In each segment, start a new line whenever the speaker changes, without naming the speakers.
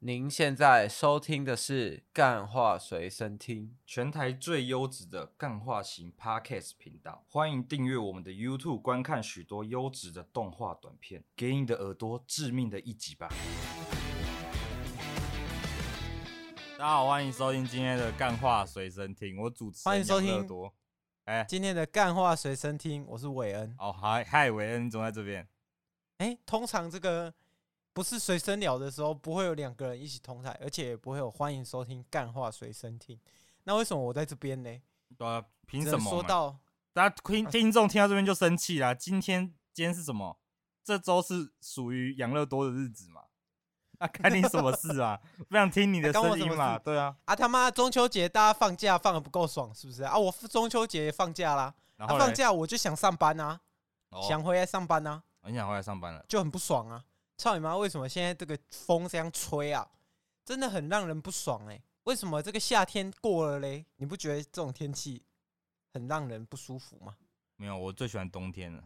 您现在收听的是《干话随身听
全台最优质的干化型 Podcast 频道，欢迎订阅我们的 YouTube，观看许多优质的动画短片，给你的耳朵致命的一击吧！大家好，欢迎收听今天的干话随身听，我主持人
欢迎收听
杨乐多。哎、
今天的干话随身听，我是韦恩。
哦，嗨嗨，韦恩，你总在这边。
哎、通常这个不是随身聊的时候，不会有两个人一起同台，而且也不会有欢迎收听干话随身听。那为什么我在这边呢？
呃，凭
只
什
能
么
说
嘛？
到
大家听听众听到这边就生气啦。今天今天是什么？这周是属于养乐多的日子嘛？啊，干你什么事 啊？不想听你的
干我
声
什
音
么
嘛？
事
对啊，
啊他妈中秋节大家放假放的不够爽，是不是啊？我中秋节也放假啦，
然
啊
后嘞
放假我就想上班啊，
哦
想回来上班啊，
很想回来上班了。
就很不爽啊！操你妈！为什么现在这个风这样吹啊？真的很让人不爽哎、为什么这个夏天过了嘞？你不觉得这种天气很让人不舒服吗？
没有，我最喜欢冬天了。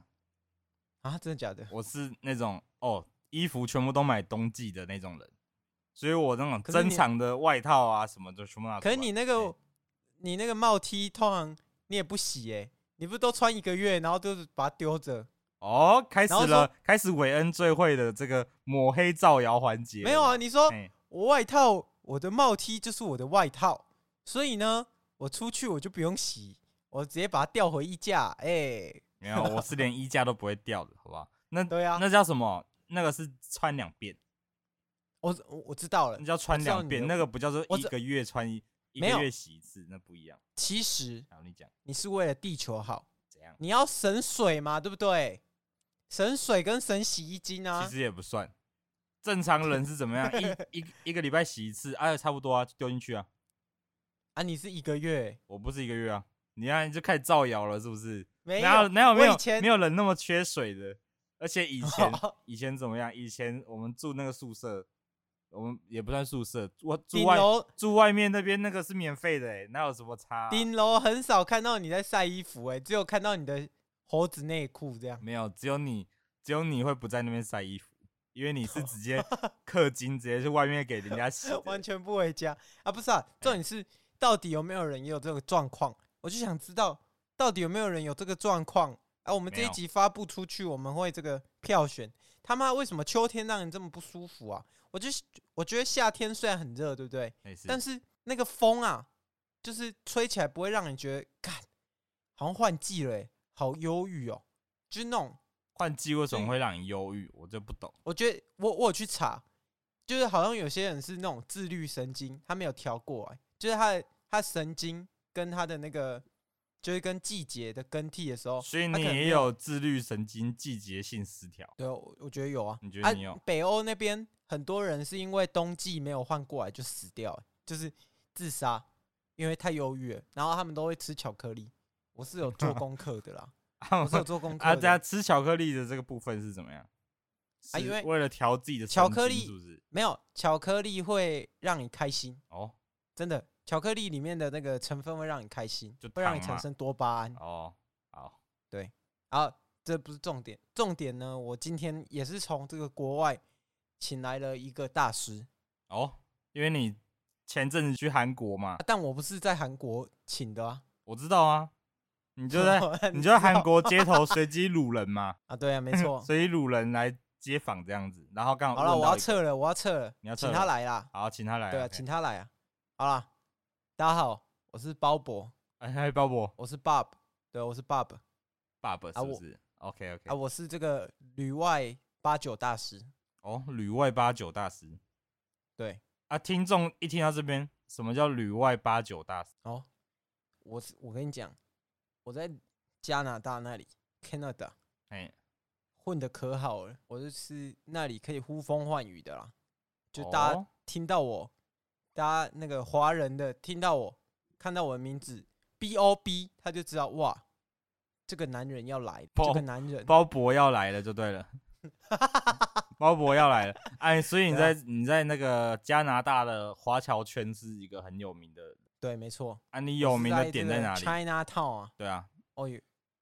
啊，真的假的？
我是那种哦，衣服全部都买冬季的那种人，所以我那种
可是你
珍藏的外套啊什么的全部拿出
可
来。
是你那个、
哎
你那个帽 T 通常你也不洗哎、你不是都穿一个月，然后就是把它丢着？
哦，开始
然后
了
说，
开始韦恩最会的这个抹黑造谣环节。
没有啊？你说
哎，
我外套，我的帽 T 就是我的外套，所以呢，我出去我就不用洗，我直接把它调回衣架。哎、
没有，我是连衣架都不会掉的，好不好？那
对啊
那叫什么？那个是穿两遍，
我我我知道了
那，叫穿两
我知道
遍，
你的
那个不叫做
我
一
知
个月穿一一个
没有
月洗一次，那不一样。
其实
然后你讲
你是为了地球好，
怎样？
你要省水嘛，对不对？省水跟省洗衣精啊
其，实也不算，正常人是怎么 样？一一一个礼拜洗一次，哎、差不多啊，就丢进去啊。
啊，你是一个月
我不是一个月啊，你看、你就开始造谣了，是不是？
没
哪有哪有没
我
有
以前
没有人那么缺水的？而且以 前以前怎么样？以前我们住那个宿舍，我们也不算宿舍，我住
顶
外
楼
住外面那边那个是免费的、欸，哪有什么差啊、
顶楼很少看到你在晒衣服、哎，只有看到你的猴子内裤这样。
没有，只有你，只有你会不在那边晒衣服，因为你 是直接氪金，直接去外面给人家洗的。
完全不回家啊！不是啊，重点是到底有没有人也有这个状况？我就想知道到底有没有人有这个状况。啊，我们这
没
一
有
集发布出去，我们会这个票选。他妈为什么秋天让人这么不舒服啊？我就我觉得夏天虽然很热，对不对？
没事，
但是那个风啊，就是吹起来不会让人觉得，干，好像换季了、欸，好忧郁哦。就是那种，
换季为什么
所以
会让你忧郁？我就不懂。
我觉得我我有去查，就是好像有些人是那种自律神经，他没有调过来、就是他的他神经跟他的那个，就是跟季节的更替的时候，
所以
他
你
哦可能
也
没有
有自律神经季节性失调，
对，我我觉得有啊。
你觉得你有
啊、北欧那边很多人是因为冬季没有换过来就死掉了，就是自杀，因为太忧郁了。然后他们都会吃巧克力。我是有做功课 的啦，
啊
我是有做功
啊，
课
大家
的。
吃巧克力的这个部分是怎么样？
啊
是
因为
为了调自己的
巧
神
克
经
力
是不是？
没有巧克力会让你开心，
哦
真的，巧克力里面的那个成分会让你开心
就，
会让你
糖
产
嘛
生多巴胺。
哦，好，
啊，这不是重点，重点呢，我今天也是从这个国外请来了一个大师，
哦，因为你前阵子去韩国嘛
啊，但我不是在韩国请的啊，
我知道啊，你就 在你
知
就在韩
道
国街头随机掳人嘛，
啊，对 啊，没错，
随机掳人来街访这样子，然后刚好
好了，
问
我
到
要
一个，
撤了，我要撤了，
你要撤
请他
了
来啦，
好，请他来啊，
对啊，
OK
请他来啊。好啦，大家好，我是鲍勃，
哎，嗨，鲍勃，
我是 Bob，对，我是 Bob
爸爸是
啊
不
我
是？OK
啊，
OK，
我是这个旅外八九大师，
哦，旅外八九大师
对，
啊，听众一听到这边，什么叫旅外八九大师？
哦，我是我跟你讲，我在加拿大那里 Canada
哎，
混的可好了，我就是那里可以呼风唤雨的啦，就
哦
大家听到我，大家那个华人的听到我，看到我的名字 B O B，他就知道哇，这个男人要来，
包
这个男人，
鲍勃要来了就对 了，鲍勃要来了，哎，所以你在
对啊
你在那个加拿大的华侨圈是一个很有名的，
对，没错，
啊，你有名的点在哪里？
？China Town 啊，
对啊，
哦有，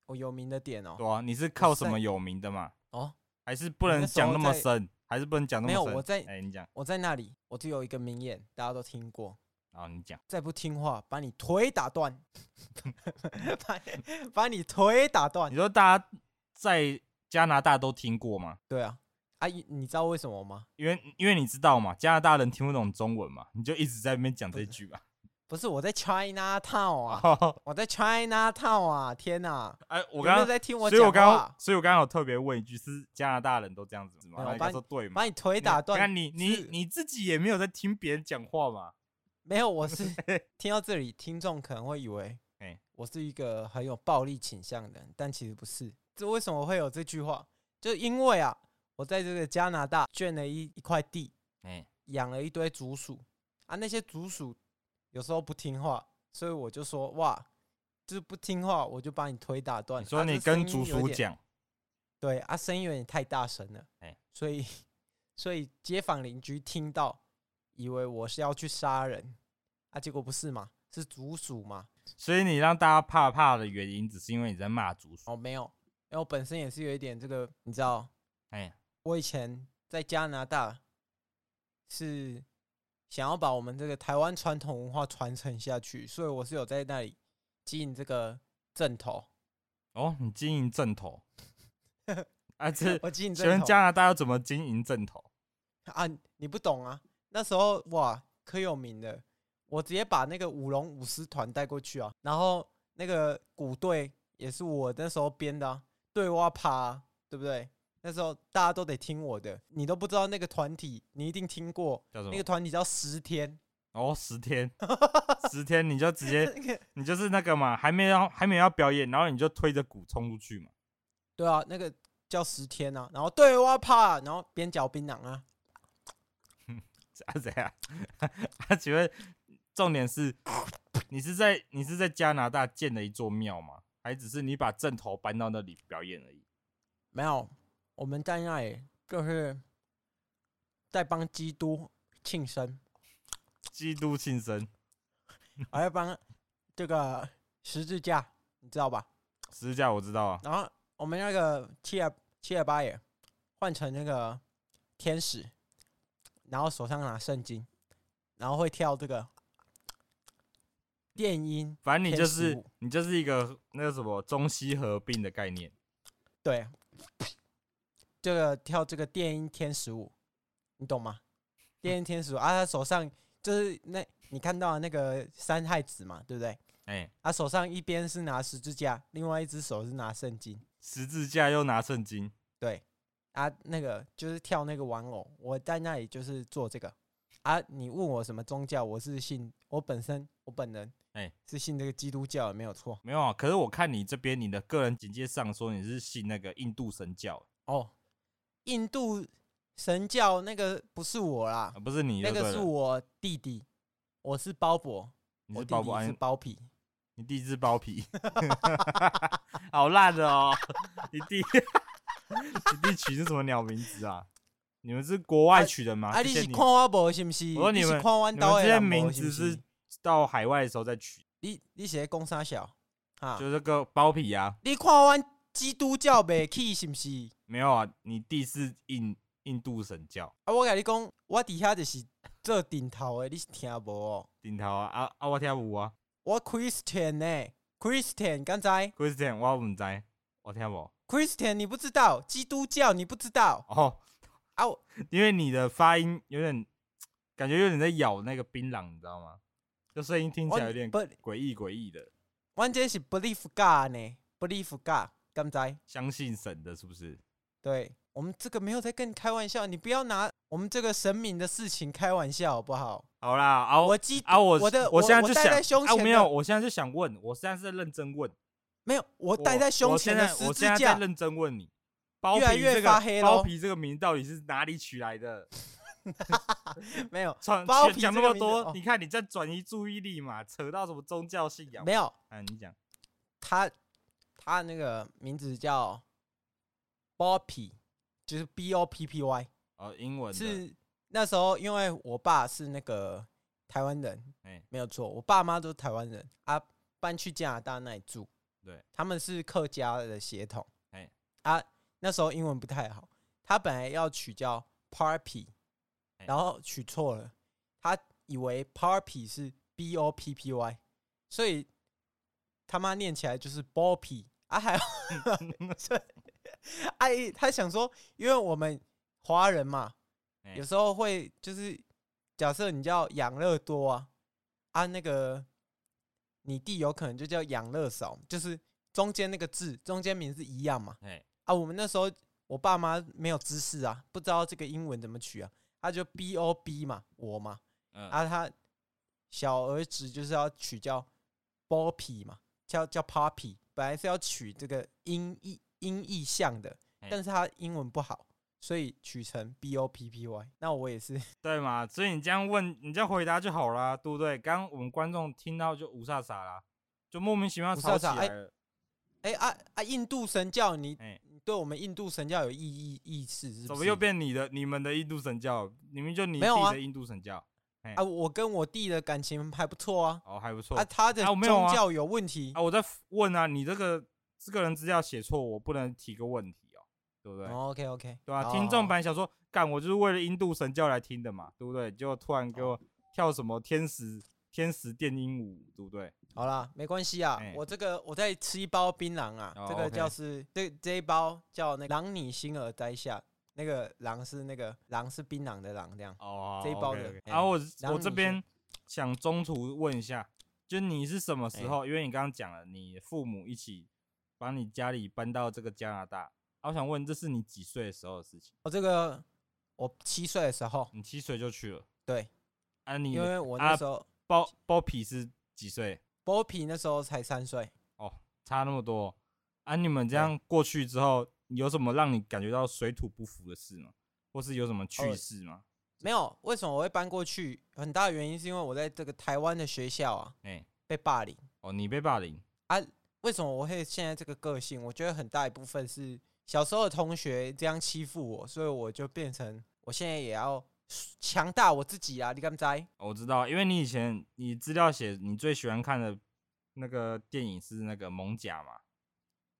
哦有名的点哦，
对啊，你是靠
是
什么
在
有名的嘛？
哦，
还是不
我
能
那时候
讲那么
在
深？还是不能讲那么
没有
深
我在
哎、你讲，
我在那里，我就有一个名言，大家都听过：
然哦后你讲，
再不听话，把你腿打断， 把把你腿打断
你。说大家在加拿大都听过吗？
对啊，阿姨，你知道为什么吗？
因为因为你知道嘛，加拿大人听不懂中文嘛，你就一直在那边讲这句嘛。
不是我在 China Town 啊，
哦，
我在 China Town 啊，天哪、
哎，我刚
你有没有
刚，
在听我
所以我
讲
刚刚
话，，
所以我刚刚有特别问一句，是加拿大人都这样子吗？
没有
然后你
把
刚
你
说对嘛
把？你腿
你
打断。
看嗯你你
是
你自己也没有在听别人讲话嘛？
没有，我是 听到这里，听众可能会以为
哎，
我是一个很有暴力倾向的人，但其实不是。这为什么会有这句话？就因为啊，我在这个加拿大捐了一一块地，
哎，
养了一堆竹鼠啊，那些竹鼠有时候不听话，所以我就说哇，就是不听话，我就把你腿打断。
你说
啊
你
这声
跟竹
音有
鼠
点
讲，
对啊，声音有点太大声了，
哎
所以所以街坊邻居听到，以为我是要去杀人，啊，结果不是嘛，是竹鼠嘛，
所以你让大家怕怕的原因，只是因为你在骂竹鼠。
哦，没有，因为我本身也是有一点这个，你知道，
哎，
我以前在加拿大是想要把我们这个台湾传统文化传承下去，所以我是有在那里经营这个正头，
哦，你经营正 头，啊，这
我经营
请
正
问
头
加拿大要怎么经营正头？
啊，你不懂啊，那时候哇可有名的，我直接把那个舞龙舞狮团带过去啊，然后那个鼓队也是我那时候编的、啊，对哇趴啊、对不对？那时候大家都得听我的，你都不知道那个团体，你一定听过
叫什
那个
么？
团体叫十天，
哦，十天，十天你就直接
那个
你就是那个嘛，还没要还没要表演，然后你就推着鼓冲出去嘛。
对啊，那个叫十天啊，然后对哇趴啊，然后边嚼槟榔啊，
啊怎样？啊，请问重点是，你是在你是在加拿大建了一座庙吗？还只是你把正头搬到那里表演而已？
没有，我们在那里就是在帮基督庆生。
基督庆生，
我要帮这个十字架，你知道吧？
十字架我知道啊。
然后我们那个七二七二八也换成那个天使，然后手上拿圣经，然后会跳这个电音，
反正你就
天使
是
舞
你就是一个那个什么中西合并的概念。
对，这个跳这个电音天使舞，你懂吗？电音天使舞啊，他手上就是那你看到的那个三太子嘛，对不对？
哎、
他手上一边是拿十字架，另外一只手是拿圣经。
十字架又拿圣经，
对啊，那个就是跳那个玩偶，我在那里就是做这个啊。你问我什么宗教，我是信我本身我本人
哎
是信这个基督教的，没有错
没有啊？可是我看你这边你的个人简介上说你是信那个印度神教，
哦。印度神教那个不是我啦
啊、，不是你就
那
对了
个是我弟弟，我是包伯，
你
我
是
弟
包不
弟是
安，
包皮，
你第一只包 皮，好烂的哦！你弟 你弟取是什么鸟名字啊？你们是国外取的吗？
啊，
这
你
些
是
你
看我无是不是？
我说你
是
们
看我
你
刀
们
的
这些
人
名
无是
字
不
是到海外的时候再取，
你你写公啥小啊？
就这个包皮啊，
你看我基督教袂起是不是？
没有啊，你弟是印印度神教，
啊，我甲你讲，我底下就是做顶头的，你是听无哦？
顶头啊啊啊！我听有啊
我 Christian 呢、c h r i s t i a n 刚才
，Christian 我唔知，我听无
Christian 你不知道，基督教你不知道
哦，
啊？我
因为你的发音有点，感觉有点在咬那个槟榔，你知道吗？就声音听起来有点
不，
诡异诡异的。
我这是 believe God 呢，believe God，刚才
相信神的，是不是？
对我们这个没有在跟你开玩笑，你不要拿我们这个神明的事情开玩笑好不好？
好啦，啊
我
我
基
啊我
我的
我现在
我
就
戴在
想
胸
啊
前的
没有，我现在就想问，我现在是在认真问，
没有，我
我
戴在胸前的
我现在
十
我
字
现在
架
在认真问你，包皮
越来越
这
发
个
黑
包
咯
皮这个名到底是哪里取来的？
没有
讲
包皮
讲那
这个
么
名字
多
哦，
你看你在转移注意力嘛，扯到什么宗教信仰？
没有，
啊，你讲
他他那个名字叫 Boppy，就是 B O P P Y，
哦，英文的
是那时候因为我爸是那个台湾人，
哎
没有错，我爸妈都是台湾人啊，搬去加拿大那里住，
对，
他们是客家的血统，
哎
啊，那时候英文不太好，他本来要取叫 Parpy，
哎
然后取错了，他以为 Parpy 是 B O P P Y，所以他妈念起来就是 Boppy 啊，还有 这哎，他想说，因为我们华人嘛，
哎
有时候会就是假设你叫养乐多啊，啊那个你弟有可能就叫养乐少，就是中间那个字中间名字一样嘛。
哎
啊，我们那时候我爸妈没有知识啊，不知道这个英文怎么取啊，他就 B O B 嘛，我嘛，
嗯
啊他小儿子就是要取叫 Boppy 嘛，叫叫 Poppy，本来是要取这个音译音译像的，
哎
但是他英文不好，所以取成 B O P P Y。那我也是，
对嘛？所以你这样问，你这样回答就好啦，对不对？刚刚我们观众听到就无煞傻啦，就莫名其妙
无
吵
煞
起
煞哎
来了。
哎、啊啊，印度神教你
哎，
你对我们印度神教有意义意识是不是？
怎么又变你的、你们的印度神教？你们就你
没有
弟
啊
的印度神教？
啊？我跟我弟的感情还不错啊，
哦，还不错
啊，他的
啊我没有啊
宗教有问题
啊，我在 f- 问啊，你这个这个人资料写错，我不能提个问题哦，对不对？
OK OK，
对啊，听众
版
版想说，干我就是为了印度神教来听的嘛，对不对？结果突然给
哦
我跳什么天使天使电音舞，对不对？
好啦，没关系啊
哎。
我这个我在吃一包槟榔啊
哦，
这
OK
个叫是这这一包叫那个狼你心而摘下，那个狼是那个狼是槟榔的狼这样。
哦
这一包的
OK，OK
哎
然后我
然后
我这
你
边想中途问一下，就你是什么时
哎
候？因为你刚刚讲了，你父母一起把你家里搬到这个加拿大。啊我想问，这是你几岁的时候的事情？
我哦这个我七岁的时候，
你七岁就去了？
对，
啊，你
因为我
啊
那时候
包包皮是几岁？
波皮那时候才三岁，
哦，差那么多哦、啊！你们这样过去之后，有什么让你感觉到水土不服的事吗？或是有什么趣
哦
事吗？
没有。为什么我会搬过去？很大的原因是因为我在这个台湾的学校啊
哎、
被霸凌。
哦，你被霸凌，
为什么我会现在这个个性？我觉得很大一部分是小时候的同学这样欺负我，所以我就变成我现在也要强大我自己啊！你敢不知？
哦我知道，因为你以前你资料写你最喜欢看的那个电影是那个《猛甲》嘛，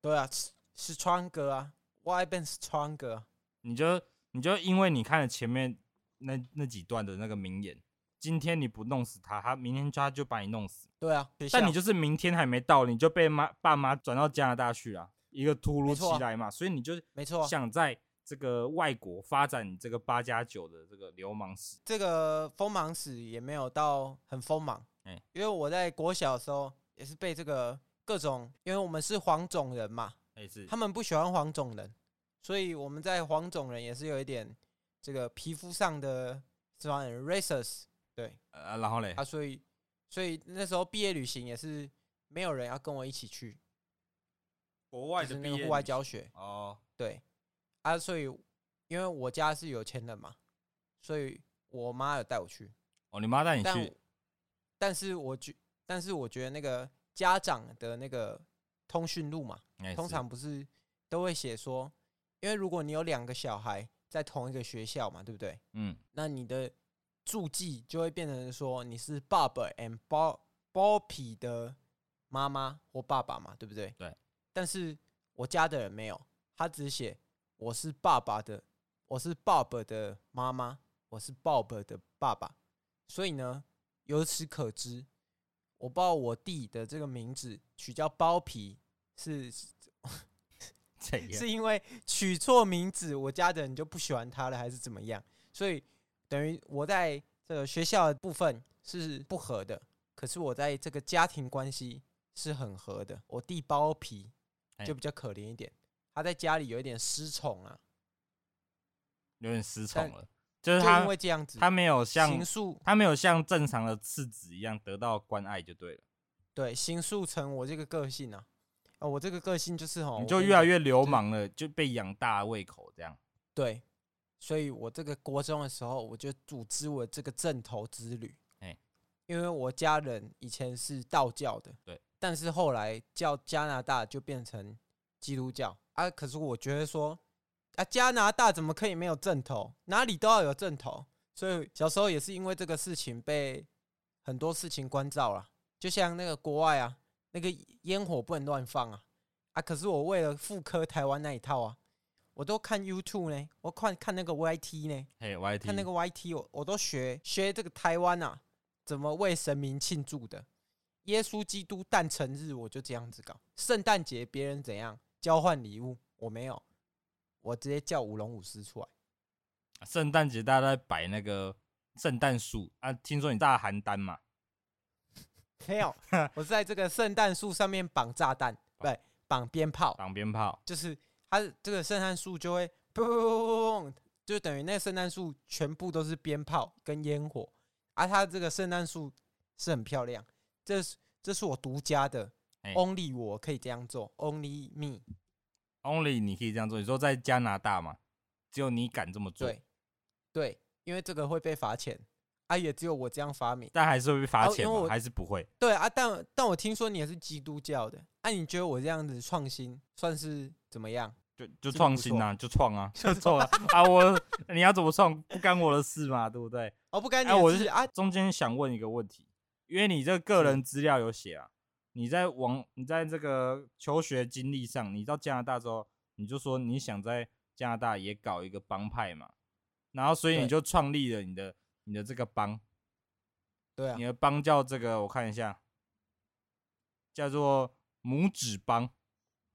对啊，是是川哥啊，我爱变是川哥啊。
你就你就因为你看了前面那那几段的那个名言，今天你不弄死他，他明天他就把你弄死。
对啊，学校
但你就是明天还没到，你就被妈爸妈转到加拿大去了，一个突如
没
其
错啊
来嘛，所以你就
没错啊，
想在这个外国发展你这个八加九的这个流氓史。
这个锋芒史也没有到很锋芒，
哎
因为我在国小的时候也是被这个各种，因为我们是黄种人嘛，
哎、是
他们不喜欢黄种人，所以我们在黄种人也是有一点这个皮肤上的是吧？racist 对
呃，然后嘞，
啊，所以所以那时候毕业旅行也是没有人要跟我一起去，
国外
就
的
是
毕业
那个
旅
户外
行
教学
哦，
对啊，所以因为我家是有钱人嘛，所以我妈有带我去，
哦，你妈带你
但
去
我但是我觉但是我觉得那个家长的那个通讯录嘛，
哎，
通
是
常不是都会写说，因为如果你有两个小孩在同一个学校嘛，对不对？
嗯，
那你的注记就会变成说你是 Bob and Bob Bobby 的妈妈或爸爸嘛，对不对？
对。
但是我家的人没有，他只写我是爸爸的，我是 Bob 的妈妈，我是 Bob 的爸爸。所以呢，由此可知，我不知道我弟的这个名字取叫包皮是
这样
是因为取错名字，我家的人就不喜欢他了，还是怎么样？所以等于我在这个学校的部分是不合的，可是我在这个家庭关系是很合的。我弟包皮
哎
就比较可怜一点，他在家里有一点失宠啊，
有点失宠
但
了，就是
就
他
因为这样子，
他没有像
刑诉
他没有像正常的次子一样得到关爱就对了，
对刑诉成我这个个性啊，哦，我这个个性就是哦，
你
我
就
跟
越来
讲
越流
就是
氓了，就被养大胃口这样。
对，所以我这个国中的时候，我就组织我这个正头之旅。
哎
因为我家人以前是道教的，
对，
但是后来叫加拿大就变成基督教啊。可是我觉得说，啊，加拿大怎么可以没有正头？哪里都要有正头。所以小时候也是因为这个事情被很多事情关照了，就像那个国外啊，那个烟火不能乱放啊啊！可是我为了复刻台湾那一套啊，我都看 YouTube 呢，我看看那个 YT 呢，
嘿，YT
看那个 YT，我我都学学这个台湾啊，怎么为神明庆祝的。耶稣基督诞辰日我就这样子搞，圣诞节别人怎样交换礼物，我没有，我直接叫舞龙舞狮出来。
圣诞节大家都在摆那个圣诞树啊，听说你大邯郸嘛，
没有，我是在这个圣诞树上面绑炸弹，不对，绑鞭炮，
挡鞭炮，
就是它这个圣诞树就会砰砰砰砰砰，就等于那个圣诞树全部都是鞭炮跟烟火，而、它这个圣诞树是很漂亮，这是这是我独家的、
哎
o n l y 我可以这样做，Only me，
Only 你可以这样做。你说在加拿大嘛，只有你敢这么做，
对对，因为这个会被罚钱，啊也只有我这样发明，
但还是会被罚
啊
钱
因为
吗？
我
还是不会？
对啊，但但我听说你也是基督教的，啊你觉得我这样子创新算是怎么样？
就就
这个
创
不
新
错
啊，就创 啊， 就创啊！啊，我 你要怎么创不干我的事嘛，对不对？
哦不干你
哎我
的
是
事啊，
中间想问一个问题，因为你这个人资料有写啊，你在网你在这个求学经历上，你到加拿大之后，你就说你想在加拿大也搞一个帮派嘛，然后所以你
对
就创立了你的你的这个帮，
对啊
你，的帮叫这个我看一下，叫做拇指帮。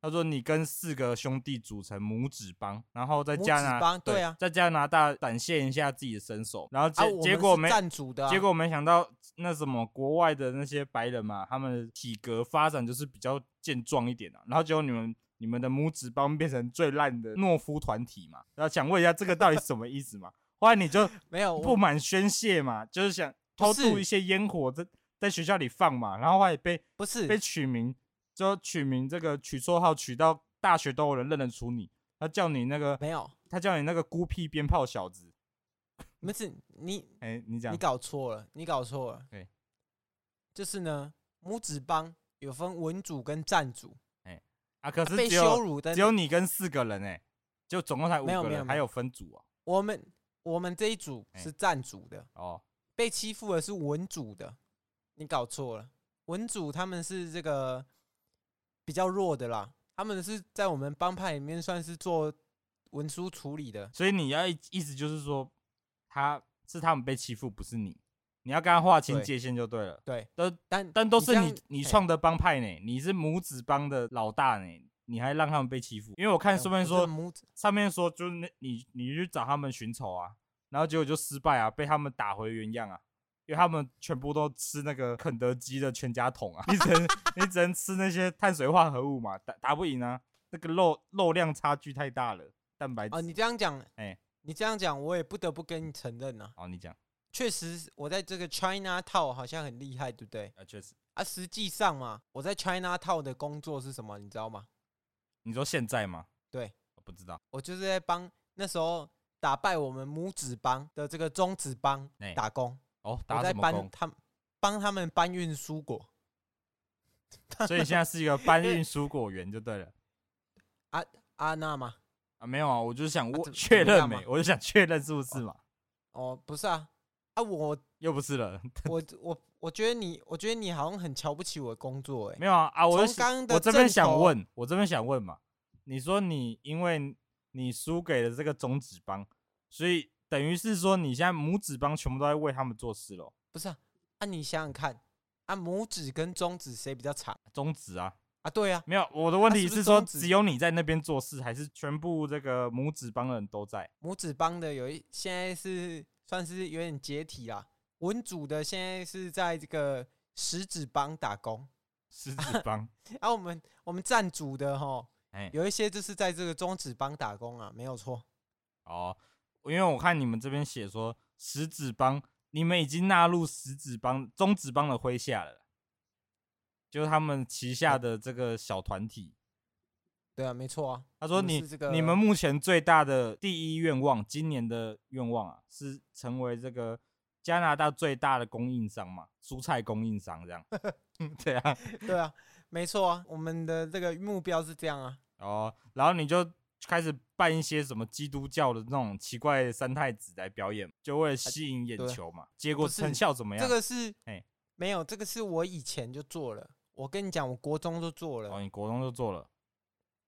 他说你跟四个兄弟组成拇指帮，然后在
拇
加
指
拿
帮对啊
在加拿大展现一下自己的身手，然后结、
啊我
结
们
果
是
没
赞助的啊、
结果没想到那什么国外的那些白人嘛，他们的体格发展就是比较健壮一点啊，然后结果你们你们的拇指帮变成最烂的懦夫团体嘛，然后想问一下这个到底是什么意思嘛？ 后来你就
没有我
不满宣泄嘛，就是想偷渡
是
一些烟火在在学校里放嘛，然后后来被
不是
被取名，就取名这个取绰号取到大学都有人认得出你，他叫你那个
没有，
他叫你那个孤僻鞭炮小子，
不是你
哎、你讲
你搞错了，你搞错了。
对，
就是呢，拇指帮有分文组跟战组，
啊，可是
被
只有
羞辱的
只有你跟四个人哎、就总共才五
没有
个
没有
人，
没
还
有
有分组哦。
我们我们这一组
哎
是战组的，
哦，
被欺负的是文组的，你搞错了。文组他们是这个比较弱的啦，他们是在我们帮派里面算是做文书处理的，
所以你要意意思就是说，他是他们被欺负，不是你，你要跟他划清
对
界限就对了。
对，
都
但
但都是
这
你
样
你
哎
创的帮派呢，你是拇指帮的老大呢，你还让他们被欺负？因为我看上面
哎嗯我这
说
拇指
上面说就是那你你去找他们寻仇啊，然后结果就失败啊，被他们打回原样啊，因为他们全部都吃那个肯德基的全家桶啊，你 只能你只能吃那些碳水化合物嘛，打打不赢啊，那个肉肉量差距太大了，蛋白质。
啊，你这样讲，
哎
你这样讲，我也不得不跟你承认啊。
哦，你讲，
确实，我在这个 China Town 好像很厉害，对不对？
啊，确实，
啊，实际上嘛，我在 China Town 的工作是什么，你知道吗？
你说现在吗？
对，
我不知道。
我就是在帮那时候打败我们拇指帮的这个中指帮
哎
打工，
哦，
我
打
在
什么
帮
工？
他们帮他们搬运蔬果
所以你现在是一个搬
因为
运蔬果员就对了
啊，那嘛，
啊？没有啊，我就是想
啊
问
怎
确
怎么
认
样
没
嘛，
我就想确认是不是嘛？
哦，不是啊，啊，我
又不是了，
我 我我觉得你，我觉得你好像很瞧不起我的工作、欸，哎，
没有啊啊！我就
从
想
刚的
我这边
正
想
头
问，我这边想问嘛，你说你因为你输给了这个中指帮，所以等于是说你现在拇指帮全部都在为他们做事咯。
不是啊，啊，你想想看，啊，拇指跟中指谁比较长
中指啊，
啊？对啊，
没有，我的问
啊
题
是不是
说，
中指
只有你在那边做事，还是全部这个拇指帮的人都在？
拇指帮的有一现在是算是有点解体啦，文组的现在是在这个食指帮打工，
食指帮，
然、啊、后我们我们站组的哈，
哎，
有一些就是在这个中指帮打工啊，没有错。
哦，因为我看你们这边写说食指帮，你们已经纳入食指帮、中指帮的麾下了，就是他们旗
哦
下的这个小团体。
对啊，没错啊。
他说
我们
你
是这个
你们目前最大的第一愿望，今年的愿望啊，是成为这个加拿大最大的供应商嘛，蔬菜供应商这 样。对啊，
对啊，没错啊，我们的这个目标是这样啊。
哦，然后你就开始办一些什么基督教的那种奇怪的三太子来表演，就为了吸引眼
啊对
球嘛。结果
不是
成效怎么样？
这个是
哎
没有，
哦
这个是我以前就做了。我跟你讲，我国中就做了。
哦，你国中就做了，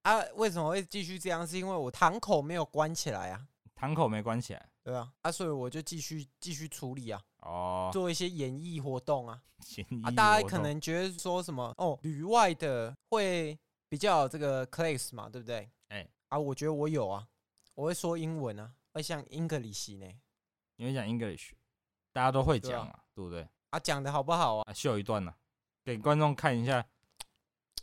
啊，为什么会继续这样？是因为我堂口没有关起来啊，
堂口没关起来
对吧、啊？啊，所以我就继续继续处理啊，
哦。
做一些演艺活动啊。
嫌疑
啊，大家
活
可
动
能觉得说什么哦，旅外的会比较有这个 class 嘛，对不对？
哎
啊，我觉得我有啊，我会说英文啊，会像 English 呢
因为讲 English，大家都会
对啊
讲啊，对不对？
啊，讲的好不好啊？
啊，秀一段呢、给观众看一下。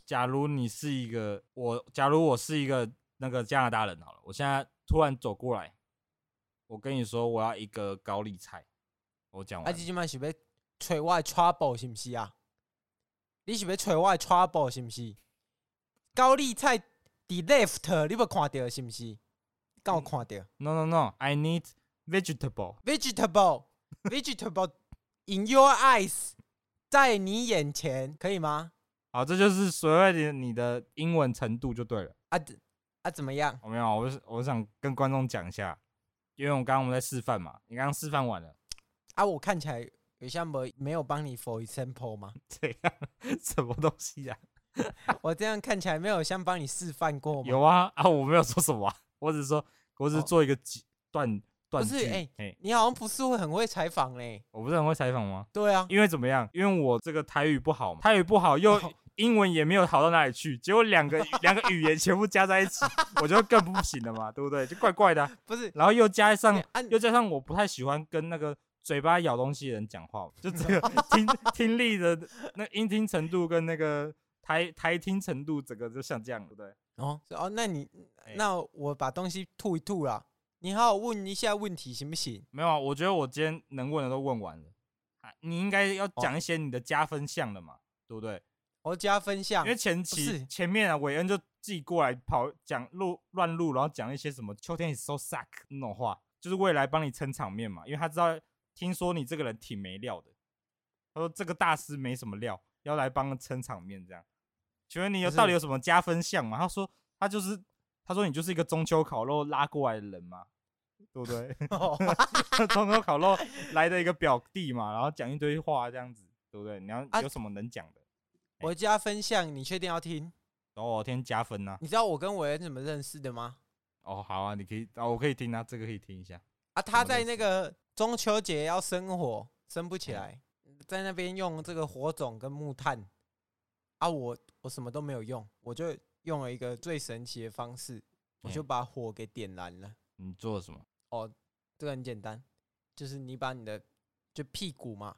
假如你是一个我，假如我是一个那个加拿大人好了，我现在突然走过来，我跟你说我要一个高丽菜，我讲
啊，
完了
这，今麦是要找我的 trouble 是不是啊？你是要找我的 trouble 是不是？高丽菜 d left 你要看到是不是？刚有看到、
No no no，I need vegetable。
vegetable vegetable in your eyes，在你眼前可以吗？
好，这就是所谓的你的英文程度就对了。
啊怎啊怎么样？
我、没有，我是我想跟观众讲一下，因为我刚刚我们在示范嘛，你刚刚示范完了，
啊，我看起来有像没没有帮你 for example 吗？
这样什么东西啊？
我这样看起来没有像帮你示范过吗？
有啊啊，我没有说什么、啊，我只是说，我只是
哦
做一个几段段
不是
句。
哎
哎
你好像不是会很会采访嘞？
我不是很会采访吗？
对啊，
因为怎么样？因为我这个台语不好嘛，台语不好又
哦
英文也没有好到哪里去，结果两个两个语言全部加在一起，我就更不行了嘛，对不对？就怪怪的啊、
不是
然后又加上
你啊
又加上我不太喜欢跟那个嘴巴咬东西的人讲话，就 这个听听力的那音听程度跟那个台台听程度，整个就像这样，对不对？
哦是哦，那你
哎
那我把东西吐一吐啦，你好好问一下问题行不行？
没有啊，我觉得我今天能问的都问完了，啊，你应该要
哦
讲一些你的加分项了嘛，对不对？
我加分项
因为前
啊不
期
是
前面啊，韦恩就自己过来跑讲录乱录，然后讲一些什么秋天 is so suck 那种话，就是未来帮你撑场面嘛，因为他知道听说你这个人挺没料的，他说这个大师没什么料，要来帮撑场面这样。请问你有
不是
到底有什么加分项吗？他说他就是他说你就是一个中秋烤肉拉过来的人嘛，对不对？
哦
中秋烤肉来的一个表弟嘛，然后讲一堆话这样子，对不对？你要
啊
有什么能讲的？
我加分项，你确定要听？
然后我天加分呐、啊
你知道我跟韦恩怎么认识的吗？
哦，好啊，你可以，哦，我可以听啊，这个可以听一下。
啊，他
怎么
在
认
那
识
个中秋节要生火，生不起
嗯
来，在那边用这个火种跟木炭。啊我，我什么都没有用，我就用了一个最神奇的方式，我就
嗯
把火给点燃了。
你做了什么？
这个很简单，就是你把你的就屁股嘛，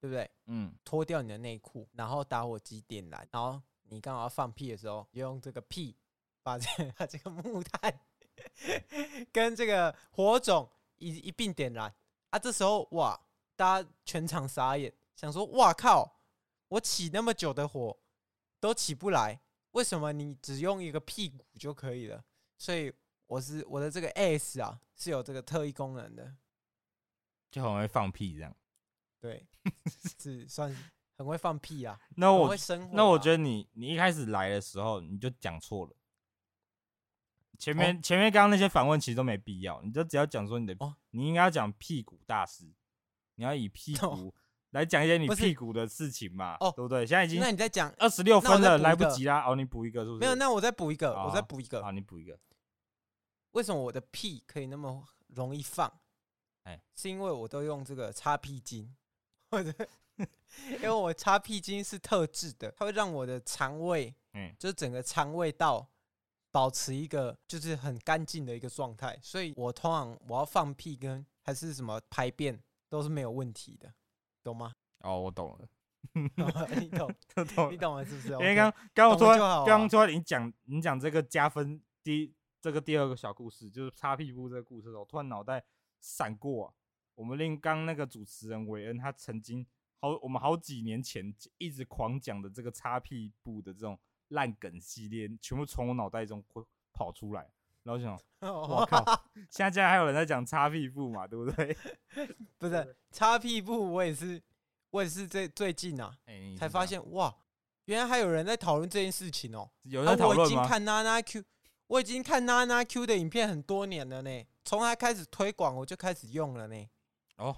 对不对？
嗯，
脱掉你的内裤，然后打火机点燃，然后你刚好要放屁的时候，就用这个屁把这把这个 木炭 跟这个火种一一并点燃啊！这时候哇，大家全场傻眼，想说哇靠，我起那么久的火都起不来，为什么你只用一个屁股就可以了？所以我是我的这个 S 啊是有这个特异功能的，
就很会放屁这样。
对， 是算是很会放屁啊，
那
很
我
会，生火啊、
那我觉得你，你一开始来的时候你就讲错了。前面、前面刚刚那些反问其实都没必要，你就只要讲说你的，
哦
你应该要讲屁股大师，你要以屁股、
哦
来讲一些你
不是
屁股的事情嘛，
哦
对不对？现在已经
那你再讲
二十六
那我
分
再
了，
补一
来不
个
及啦。哦，你补一个是不是？
没有？那我再补一个，
好
我再补一个
哦好，。你补一个。
为什么我的屁可以那么容易放？
哎
是因为我都用这个擦屁巾，或者因为我擦屁巾是特制的，它会让我的肠胃，
嗯
就是整个肠胃道保持一个就是很干净的一个状态，所以我通常我要放屁跟还是什么排便都是没有问题的，懂 吗？
哦，我懂 了，
你懂，
我懂了
你懂了是不是？
因为 刚刚我
懂
突
了
然
就好啊
刚刚突然你讲你讲这个加分第一这个第二个小故事，就是擦屁股这个故事的时候，我突然脑袋闪过、啊，我们另刚那个主持人韦恩他曾经好我们好几年前一直狂讲的这个擦屁股的这种烂梗系列，全部从我脑袋中会跑出来，然后我就 想我
我
靠，现在竟然还有人在讲擦屁股嘛，对不对？
不是擦屁股，我也是，我也是最最近啊，
哎、你
才
是这
发
样
现哇，原来还有人在讨论这件事情哦、
有
啊
人在讨
我已
论
经
吗？
看娜娜 Q，我已经看娜娜 Q 的影片很多年了呢，从她开始推广我就开始用了呢。
哦，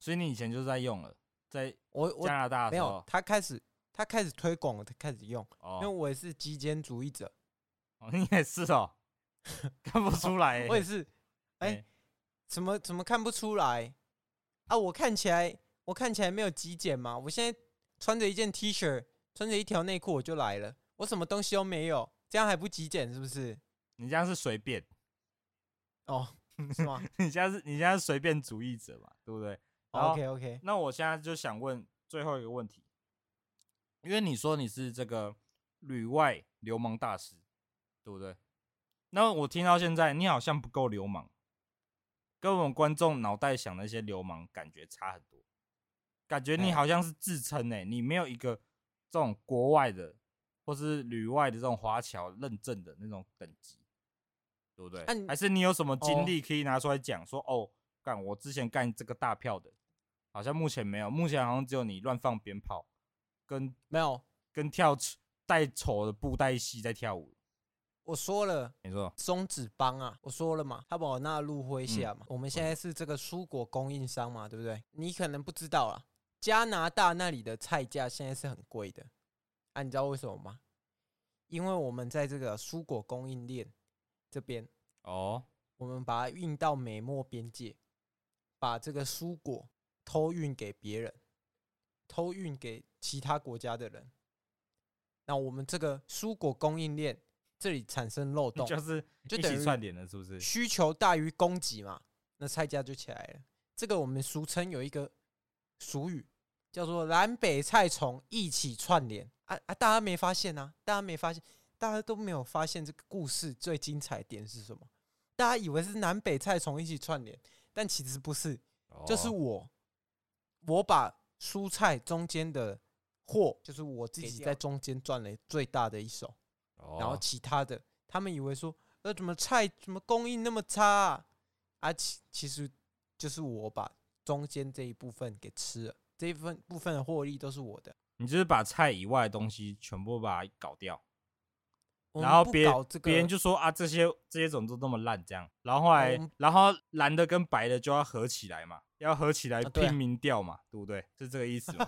所以你以前就是在用了，在
我我
加拿大的
没
时
有
候，
她开始她开始推广，我才开始用，因为
哦
我也是极简主义者，
哦，你也是哦，看不出来欸、
我也是，哎、
哎
怎么怎么看不出来啊？我看起来我看起来没有极简嘛？我现在穿着一件 T 恤，穿着一条内裤我就来了，我什么东西都没有，这样还不极简是不是？
你这样是随便，
哦，是吗
你现在是你现在是随便主义者嘛，对不对？然后
？OK OK，
那我现在就想问最后一个问题，因为你说你是这个旅外流氓大师，对不对？那我听到现在，你好像不够流氓，跟我们观众脑袋想的一些流氓感觉差很多，感觉你
哎
好像是自称哎、你没有一个这种国外的或是旅外的这种华侨认证的那种等级，对不对？
啊你
还是你有什么
哦
经历可以拿出来讲、说哦，干我之前干这个大票的，好像目前没有，目前好像只有你乱放鞭炮，跟
没有，
跟跳带丑的布袋戏在跳舞。
我说了。
你说
松子帮啊，我说了嘛，他把我纳入麾下
嗯
嘛。我们现在是这个蔬果供应商嘛，对不对？你可能不知道啊，加拿大那里的菜价现在是很贵的啊，你知道为什么吗？因为我们在这个蔬果供应链这边，
哦，
我们把它运到美墨边界，把这个蔬果偷运给别人，偷运给其他国家的人。那我们这个蔬果供应链这里产生漏洞，
就是
就
一
等
起
于
串联了，是不是？
需求大于供给嘛，那菜价就起来了。这个我们俗称有一个俗语叫做“南北菜虫一起串联”，啊啊，大家没发现啊？大家没发现，大家都没有发现这个故事最精彩的点是什么？大家以为是南北菜虫一起串联，但其实不是，就是
哦
我，我把蔬菜中间的货，就是我自
给
己
掉
在中间赚了最大的一手。然后
哦
其他的，他们以为说，呃，怎么菜怎么供应那么差啊？啊，其其实就是我把中间这一部分给吃了，这一部分部分的获利都是我的。
你就是把菜以外的东西全部把它搞掉，
我
然
们
后
不
别
搞这个，
别人就说啊这些这些种族那么烂这样，然后后来、
我们
然后蓝的跟白的就要合起来嘛，要合起来
啊对啊啊
拼民调嘛，对不对？是这个意思 吗？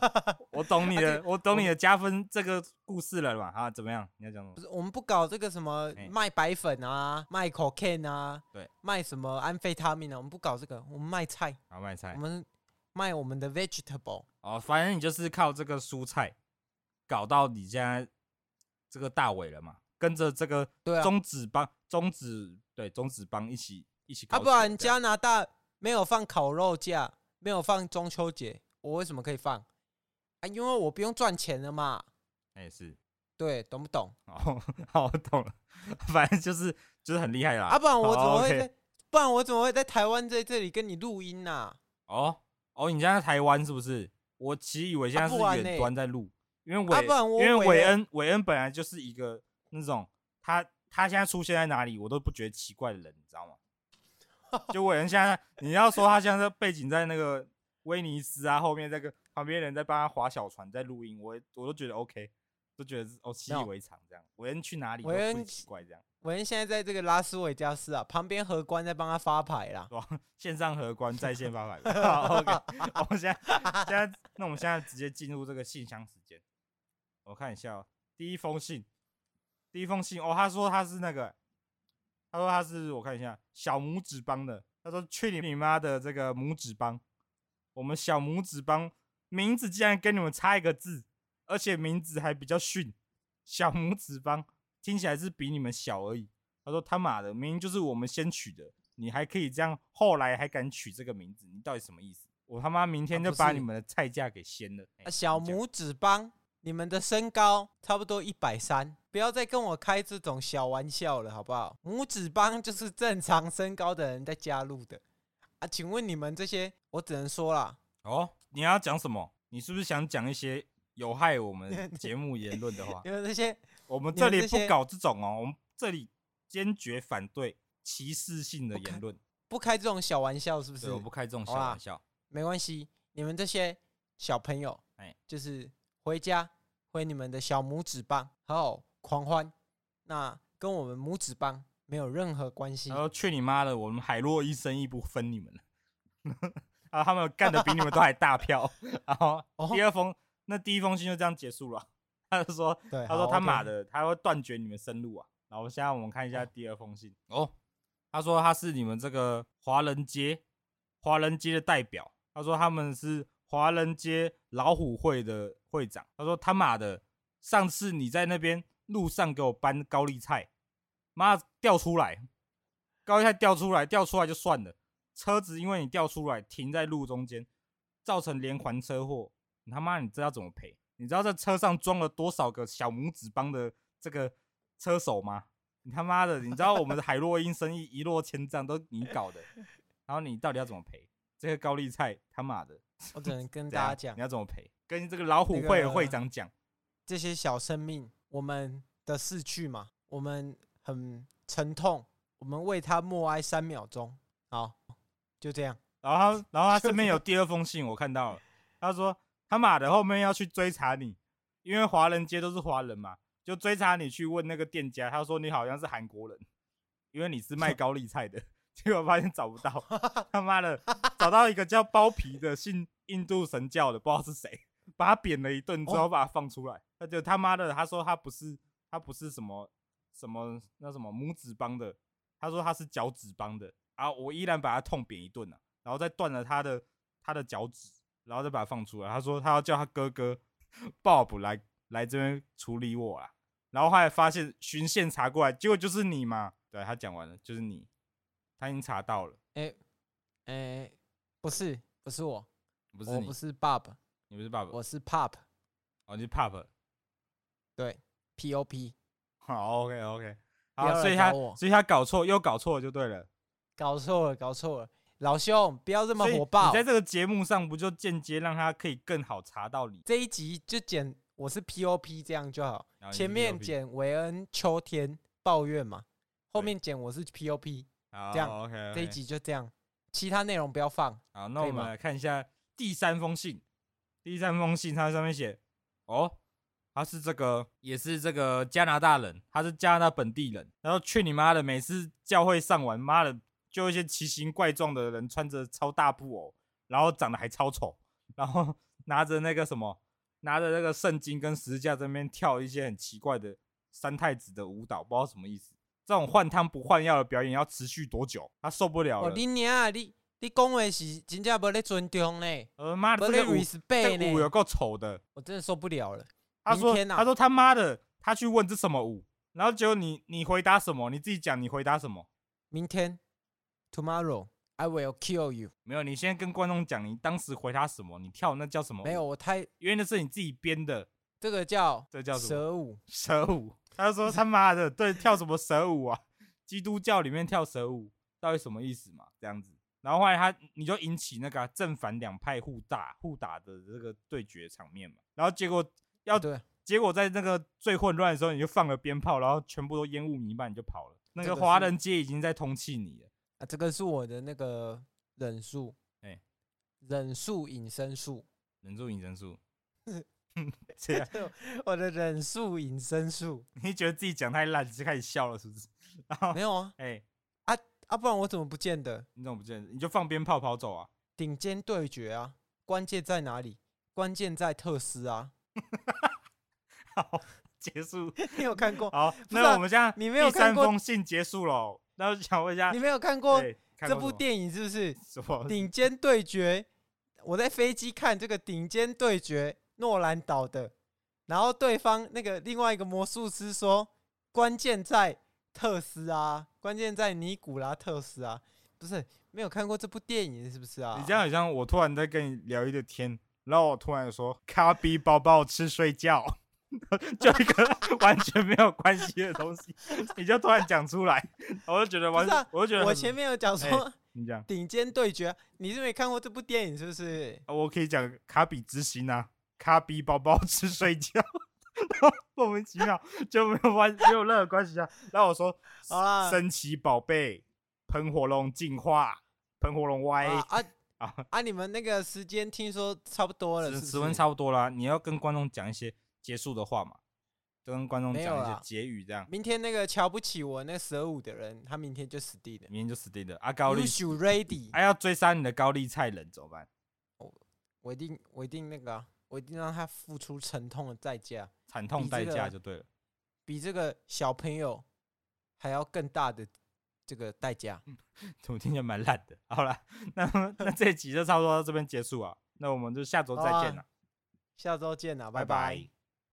我懂你的，我懂你的加分这个故事了嘛啊？怎么样？你要讲什么
不？是我们不搞这个什么
哎
卖白粉啊，卖 cocaine 啊，
对，
卖什么安非他命啊，我们不搞这个，我们卖菜，
好卖菜
我们卖我们的 vegetable。啊
哦，反正你就是靠这个蔬菜搞到你现在这个大尾了嘛，跟着这个
对啊
中指帮、中指对中指帮一起一起搞
啊，
起
不
来
然
这样
加拿大没有放烤肉假，没有放中秋节，我为什么可以放？啊，因为我不用赚钱了嘛。
那也哎是
对，懂不懂？
哦，好我懂了，反正就是就是很厉害啦。
啊，不然我怎么会
哦
在？
，OK
不然我怎么会在台湾在这里跟你录音呐、啊？
哦哦，你现在在台湾是不是？我其实以为现在
啊
是
不然
远
呢
端在录，因为
啊
韦、
不然我
因为
韦
韦
恩
恩韦恩本来就是一个那种他他现在出现在哪里我都不觉得奇怪的人，你知道吗？就韦恩现在你要说他现在背景在那个威尼斯啊，后面那个旁边人在帮他划小船在录音，我也我都觉得 OK，都觉得是哦习
没
以
有
为常这样。韦恩去哪里都
韦
不会
恩
奇怪这样，
我现在在这个拉斯维加斯啊，旁边荷官在帮他发牌啦。
对吧？ 线上荷官在线发牌。 好，OK，我们现在现在，那我们现在直接进入这个信箱时间。我看一下、哦，第一封信，第一封信哦，他说他是那个，他说他是我看一下小拇指帮的，他说去你你妈的这个拇指帮，我们小拇指帮名字竟然跟你们差一个字，而且名字还比较逊，小拇指帮听起来是比你们小而已。他说他妈的，明明就是我们先取的，你还可以这样，后来还敢取这个名字，你到底什么意思？我他妈明天
啊
就
不
把
是
你们的菜价给掀了。哎
啊，小
你讲
拇指帮，你们的身高差不多一百三，不要再跟我开这种小玩笑了，好不好？拇指帮就是正常身高的人在加入的啊。请问你们这些，我只能说啦，
哦，你要讲什么？你是不是想讲一些有害我 们节目言论的话？
你们这些
我们
你
这
们
里
这
不
些
搞这种哦，我们这里坚决反对歧视性的言论，
不开这种小玩笑是不是
所以？我不开这种小
好啦
玩笑。
没关系，你们这些小朋友，
哎
就是回家挥你们的小拇指棒，好好狂欢，那跟我们拇指帮没有任何关系
然。后去你妈的，我们海洛医生一不分你们 了。啊，他们干的比你们都还大票。然后
哦
第二封，那第一封信就这样结束了。他就说，
对，
他说他妈
的。
的，他会断绝你们生路啊！然后现在我们看一下第二封信
哦
哦，他说他是你们这个华人街华人街的代表，他说他们是华人街老虎会的会长，他说他妈的，上次你在那边路上给我搬高丽菜，妈掉出来，高丽菜掉出来，掉出来就算了，车子因为你掉出来停在路中间，造成连环车祸，你他妈你知道怎么赔？你知道在车上装了多少个小拇指帮的这个车手吗？你他妈的，你知道我们的海洛因生意一落千丈都你搞的，然后你到底要怎么赔？这个高丽菜他妈的，
我只能 跟
怎
大家
样
讲
你，要怎么赔？跟这个老虎会的会长讲，
这些小生命，我们的逝去嘛，我们很沉痛，我们为他默哀三秒钟。好，就这样。
然后他然后他身边有第二封信，我看到了，他说他妈的后面要去追查你，因为华人街都是华人嘛，就追查你去问那个店家，他说你好像是韩国人，因为你是卖高丽菜的， 结果发现找不到，他妈的找到一个叫包皮的信印度神教的，不知道是谁，把他扁了一顿之后把他放出来，他就他妈的他说他不是他不是什么什么那什么拇指帮的，他说他是脚趾帮的，啊，我依然把他痛扁一顿啊，然后再断了他的他的脚趾，然后再把他放出来，他说他要叫他哥哥 Bob 来来这边处理我啊，然后后来发现巡线查过来，结果就是你嘛，对他讲完了，就是你，他已经查到了，
诶、不是，不是我，
不是
我
你，
不是 Bob，
你不是爸爸，
我是 Pop，
哦，你是 Pop，
对，P O P，
好，OK OK，
不要
好，
来
所以他
找我
所以他搞错，又搞错就对了。
搞错了，搞错了，老兄，不要这么
所以
火爆
你。在这个节目上不就间接让他可以更好查到你？
这一集就剪我是 P O P 这样就好，
啊然后你是
前面
POP
剪韦恩秋天抱怨嘛，后
对哎
面剪我是 P O P，
好
这样
OK，,
这一集就这样，其他内容不要放。
好，那
可以
我们
吗
来看一下第三封信。第三封信，它上面写，哦，他是这个，也是这个加拿大人，他是加拿大本地人。然后去你妈的，每次教会上完，妈的，就一些奇形怪状的人，穿着超大布偶，然后长得还超丑，然后 拿着那个什么，拿着那个圣经跟十字架这边跳一些很奇怪的三太子的舞蹈，不知道什么意思。这种换汤不换药的表演要持续多久？他受不了
哦，
了。
你娘啊，你你讲话是真正无咧尊重呢，
我的呃妈
无
的，啊这
咧
个舞这
respect
个舞有
呢，
够丑的。
我真的受不了了。
他说
明天啊
他说他妈的，他去问这什么舞，然后结果你你回答什么？你自己讲你回答什么？
明天，tomorrow I will kill you。
没有，你先跟观众讲你当时回答什么，你跳那叫什么？
没有，，我太
因为那是你自己编的，
这个叫
这叫什么
蛇舞，
蛇舞。他说 他妈的，对，跳什么蛇舞啊？基督教里面跳蛇舞到底什么意思嘛？这样子，然后后来他你就引起那个啊、正反两派互打互打的这个对决场面嘛，然后结果要
对，
结果在那个最混乱的时候，你就放了鞭炮，然后全部都烟雾弥漫，你就跑了。那
这
个
个是
华人街已经在通气你了。
啊，这个是我的那个忍术，
哎
忍术隐 身术，
忍住隐身 术，这样
我的忍术隐身术
啊你觉得自己讲太烂，就开始笑了是不是？然后
没有啊
哎、
啊，不然我怎么不见得
你怎么不见了？你就放鞭炮跑走啊？
顶尖对决啊？关键在哪里？关键在特斯啊！
好，结束。
你有看过？
好，
是啊
那我们现在
你没有
第三
看过
封信结束了。哦那我想问一下
你，没有看过
对，啊哎看
这
过
部电影是不是？
什么 什么？
顶尖对决，我在飞机看这个顶尖对决，诺兰导的，然后对方那个另外一个魔术师说，关键在特斯啊，关键在尼古拉特斯啊，不是没有看过这部电影是不是啊？
你这样好像我突然在跟你聊一个天，然后我突然说卡比宝宝吃睡觉， 就一个完全没有关系的东西，你就突然讲出来，我就觉得完，
不是啊
我就觉得
我
很哎
前面有讲说
你讲，
顶尖对决，你是没看过这部电影是不是？
啊我可以讲卡比执行啊，卡比宝宝吃睡觉。 然后莫名其妙就没有关没有任何关系啊。然后我说
好啦，
神奇宝贝喷火龙进化，喷火龙歪
啊啊
啊，
啊！你们那个时间听说差不多了，
时
是不
时温
是
差不多啦，你要跟观众讲一些结束的话嘛，就跟观众
没有
讲一些
啦
结语，这样
明天那个瞧不起我那蛇舞的人，他明天就死定了。
明天就死定了。啊，高丽啊
You，should ready，
还、要追杀你的高丽菜人怎么办？
我一定，我一定那个啊、我一定让他付出沉痛的代价，
惨痛
比
代
这
价
个
就对了。
比这个小朋友还要更大的这个代价。
怎么听起来蛮烂的？好了， 那那这一集就差不多到这边结束啊，那我们就下周再见了，
下周见啊，
拜
拜哦拜。
拜